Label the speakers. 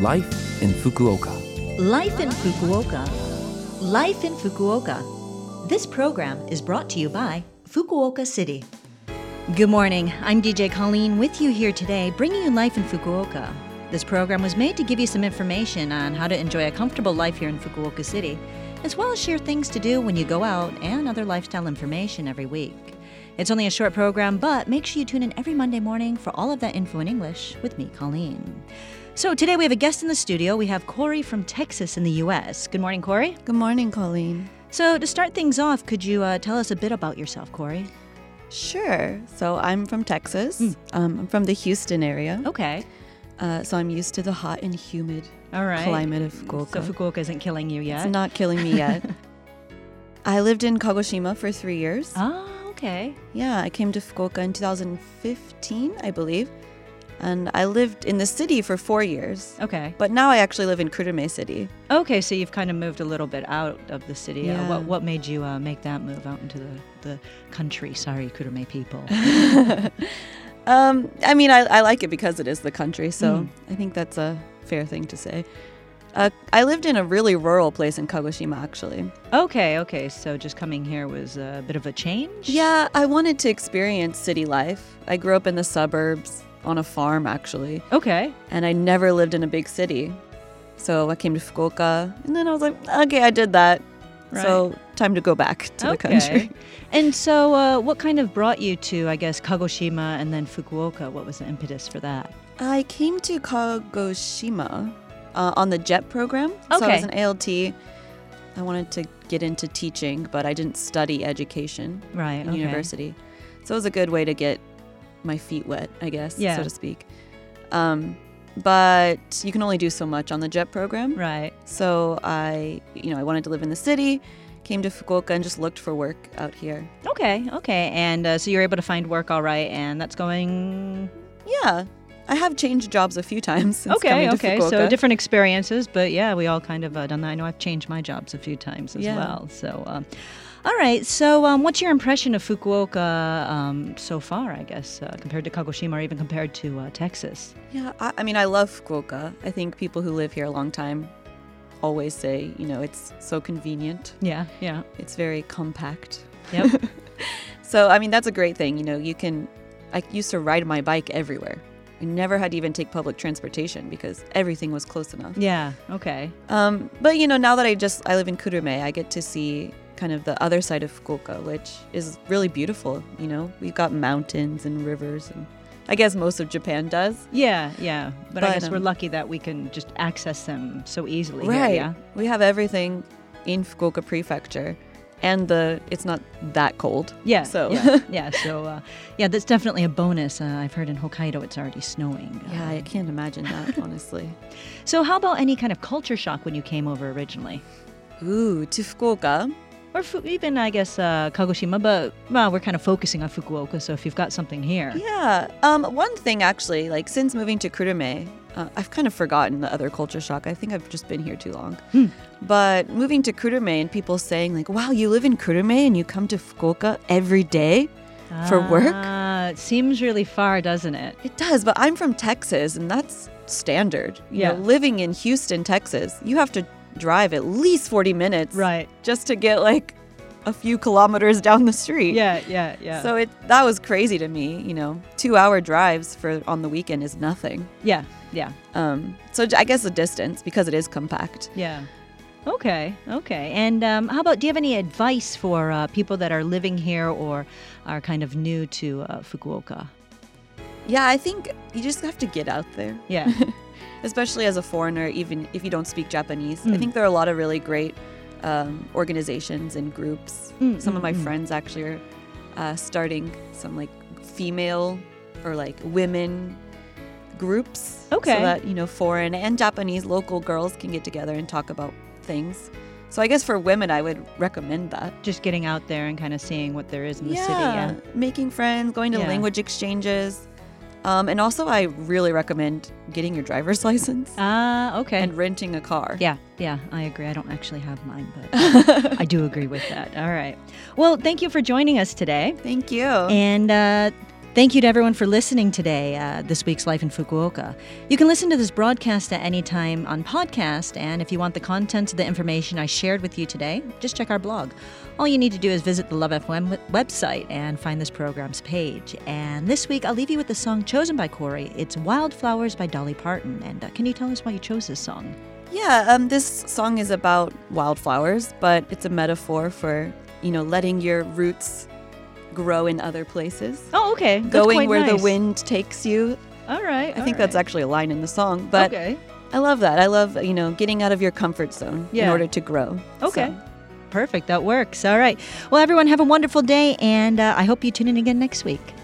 Speaker 1: Life in Fukuoka.
Speaker 2: Life in Fukuoka. Life in Fukuoka. This program is brought to you by Fukuoka City. Good morning. I'm DJ Colleen with you here today, bringing you Life in Fukuoka. This program was made to give you some information on how to enjoy a comfortable life here in Fukuoka City, as well as share things to do when you go out and other lifestyle information every week. It's only a short program, but make sure you tune in every Monday morning for all of that info in English with me, Colleen. So today we have a guest in the studio. We have Corey from Texas in the U.S. Good morning, Corey.
Speaker 3: Good morning, Colleen.
Speaker 2: So to start things off, could you uh, tell us a bit about yourself, Corey?
Speaker 3: Mm-hmm. Sure. So I'm from Texas. Um, I'm from the Houston area.
Speaker 2: Okay.
Speaker 3: Uh, so I'm used to the hot and humid
Speaker 2: All right.
Speaker 3: climate of Fukuoka.
Speaker 2: So Fukuoka isn't killing you yet.
Speaker 3: it's not killing me yet. I lived in Kagoshima for three years.
Speaker 2: Oh, okay.
Speaker 3: Yeah, I came to Fukuoka in 2015, I believe. And I lived in the city for four years.
Speaker 2: Okay.
Speaker 3: But now I actually live in Kurume City.
Speaker 2: Okay. So you've kind of moved a little bit out of the city. Uh,
Speaker 3: Yeah.
Speaker 2: what What made you uh, make that move out into the, the country? Sorry, Kurume people.
Speaker 3: Um, I mean, I, I like it because it is the country, so I think that's a fair thing to say. Uh, I lived in a really rural place in Kagoshima, actually.
Speaker 2: okay. Okay. So just coming here was a bit of a change.
Speaker 3: Yeah, I wanted to experience city life. I grew up in the suburbs, on a farm, actually,
Speaker 2: Okay.
Speaker 3: and I never lived in a big city. So I came to Fukuoka, and then I was like, okay, I did that. So time to go back to the country.
Speaker 2: And so, uh, what kind of brought you to, I guess, Kagoshima and then Fukuoka? What was the impetus for that?
Speaker 3: I came to Kagoshima uh, on the JET program. So I
Speaker 2: Okay.
Speaker 3: was an ALT. I wanted to get into teaching, but I didn't study education
Speaker 2: Right.
Speaker 3: in
Speaker 2: okay.
Speaker 3: university. So it was a good way to get my feet wet, I guess,
Speaker 2: Yeah.
Speaker 3: so to speak. Um, but you can only do so much on the JET program.
Speaker 2: Right.
Speaker 3: So I, you know, I wanted to live in the city, came to Fukuoka and just looked for work out here.
Speaker 2: Okay. Okay. And uh, so you're able to find work, all right, and that's going
Speaker 3: Yeah. I have changed jobs a few times since
Speaker 2: okay
Speaker 3: coming to
Speaker 2: okay
Speaker 3: Fukuoka.
Speaker 2: so different experiences but yeah we all kind of uh, done that i know i've changed my jobs a few times as
Speaker 3: Yeah.
Speaker 2: well so um, all right so um, what's your impression of fukuoka um, so far i guess uh, compared to kagoshima or even compared to uh, texas
Speaker 3: Yeah, I, I mean, I love Fukuoka. I think people who live here a long time always say, you know, it's so convenient.
Speaker 2: yeah yeah
Speaker 3: It's very compact.
Speaker 2: yep
Speaker 3: So, I mean, that's a great thing. You know, you can. I used to ride my bike everywhere. I never had to even take public transportation because everything was close enough.
Speaker 2: yeah okay
Speaker 3: Um, but you know, now that I just I live in Kurume, I get to see kind of the other side of Fukuoka, which is really beautiful. You know, we've got mountains and rivers, and I guess most of Japan does.
Speaker 2: yeah yeah but, i
Speaker 3: But,
Speaker 2: guess we're
Speaker 3: um,
Speaker 2: lucky that we can just access them so easily
Speaker 3: Right.
Speaker 2: here, yeah
Speaker 3: We have everything in Fukuoka Prefecture, and the it's not that cold.
Speaker 2: yeah
Speaker 3: So
Speaker 2: yeah, yeah so uh, yeah that's definitely a bonus uh, i've heard in hokkaido it's already snowing Uh,
Speaker 3: yeah, I can't imagine that honestly.
Speaker 2: so how about any kind of culture shock when you came over originally
Speaker 3: Ooh, to Fukuoka.
Speaker 2: or fu- even I guess uh, Kagoshima, but well, we're kind of focusing on Fukuoka. So if you've got something here,
Speaker 3: Yeah. Um, one thing actually, like since moving to Kurume, uh, I've kind of forgotten the other culture shock. I think I've just been here too long.
Speaker 2: Hmm.
Speaker 3: But moving to Kurume and people saying like, "Wow, you live in Kurume and you come to Fukuoka every day for work."
Speaker 2: Ah, it seems really far, doesn't it?
Speaker 3: It does, but I'm from Texas and that's standard. You
Speaker 2: Yeah.
Speaker 3: know, living in Houston, Texas, you have to drive at least 40 minutes
Speaker 2: Right.
Speaker 3: just to get like a few kilometers down the street.
Speaker 2: Yeah, yeah, yeah.
Speaker 3: So it that was crazy to me, you know. 2-hour drives for on the weekend is nothing.
Speaker 2: yeah, yeah,
Speaker 3: Um so I guess the distance because it is compact.
Speaker 2: yeah. Okay, okay. And um, how about? Do you have any advice for uh, people that are living here or are kind of new to uh, Fukuoka?
Speaker 3: Yeah, I think you just have to get out there.
Speaker 2: Yeah,
Speaker 3: especially as a foreigner, even if you don't speak Japanese. I
Speaker 2: Mm.
Speaker 3: think there are a lot of really great um, organizations and groups.
Speaker 2: Mm,
Speaker 3: some of my
Speaker 2: mm, mm.
Speaker 3: friends actually are uh, starting some like female or like women groups.
Speaker 2: Okay.
Speaker 3: So that, you know, foreign and Japanese local girls can get together and talk about things. So I guess for women, I would recommend that.
Speaker 2: just getting out there and kind of seeing what there is in the
Speaker 3: yeah.
Speaker 2: city. Yeah.
Speaker 3: Making friends, going to
Speaker 2: Yeah.
Speaker 3: language exchanges. Um, and also, I really recommend getting your driver's license
Speaker 2: Ah, okay.
Speaker 3: and renting a car.
Speaker 2: Yeah, yeah, I agree. I don't actually have mine, but uh, I do agree with that. All right. Well, thank you for joining us today.
Speaker 3: Thank you.
Speaker 2: And uh, Thank you to everyone for listening today, uh, this week's Life in Fukuoka. You can listen to this broadcast at any time on podcast, and if you want the content of the information I shared with you today, just check our blog. All you need to do is visit the Love FM w- website and find this program's page. And this week, I'll leave you with the song chosen by Corey. It's Wildflowers by Dolly Parton. And uh, can you tell us why you chose this song?
Speaker 3: Yeah, um, this song is about wildflowers, but it's a metaphor for, you know, letting your roots grow in other places.
Speaker 2: Oh, okay. That's
Speaker 3: Going
Speaker 2: quite
Speaker 3: where the
Speaker 2: nice.
Speaker 3: wind takes you.
Speaker 2: All right.
Speaker 3: I think that's actually a line in the song, but
Speaker 2: okay.
Speaker 3: I love that. I love, you know, getting out of your comfort zone in
Speaker 2: Yeah.
Speaker 3: order to grow.
Speaker 2: Okay.
Speaker 3: So,
Speaker 2: Perfect. That works. All right. Well, everyone, have a wonderful day, and uh, I hope you tune in again next week.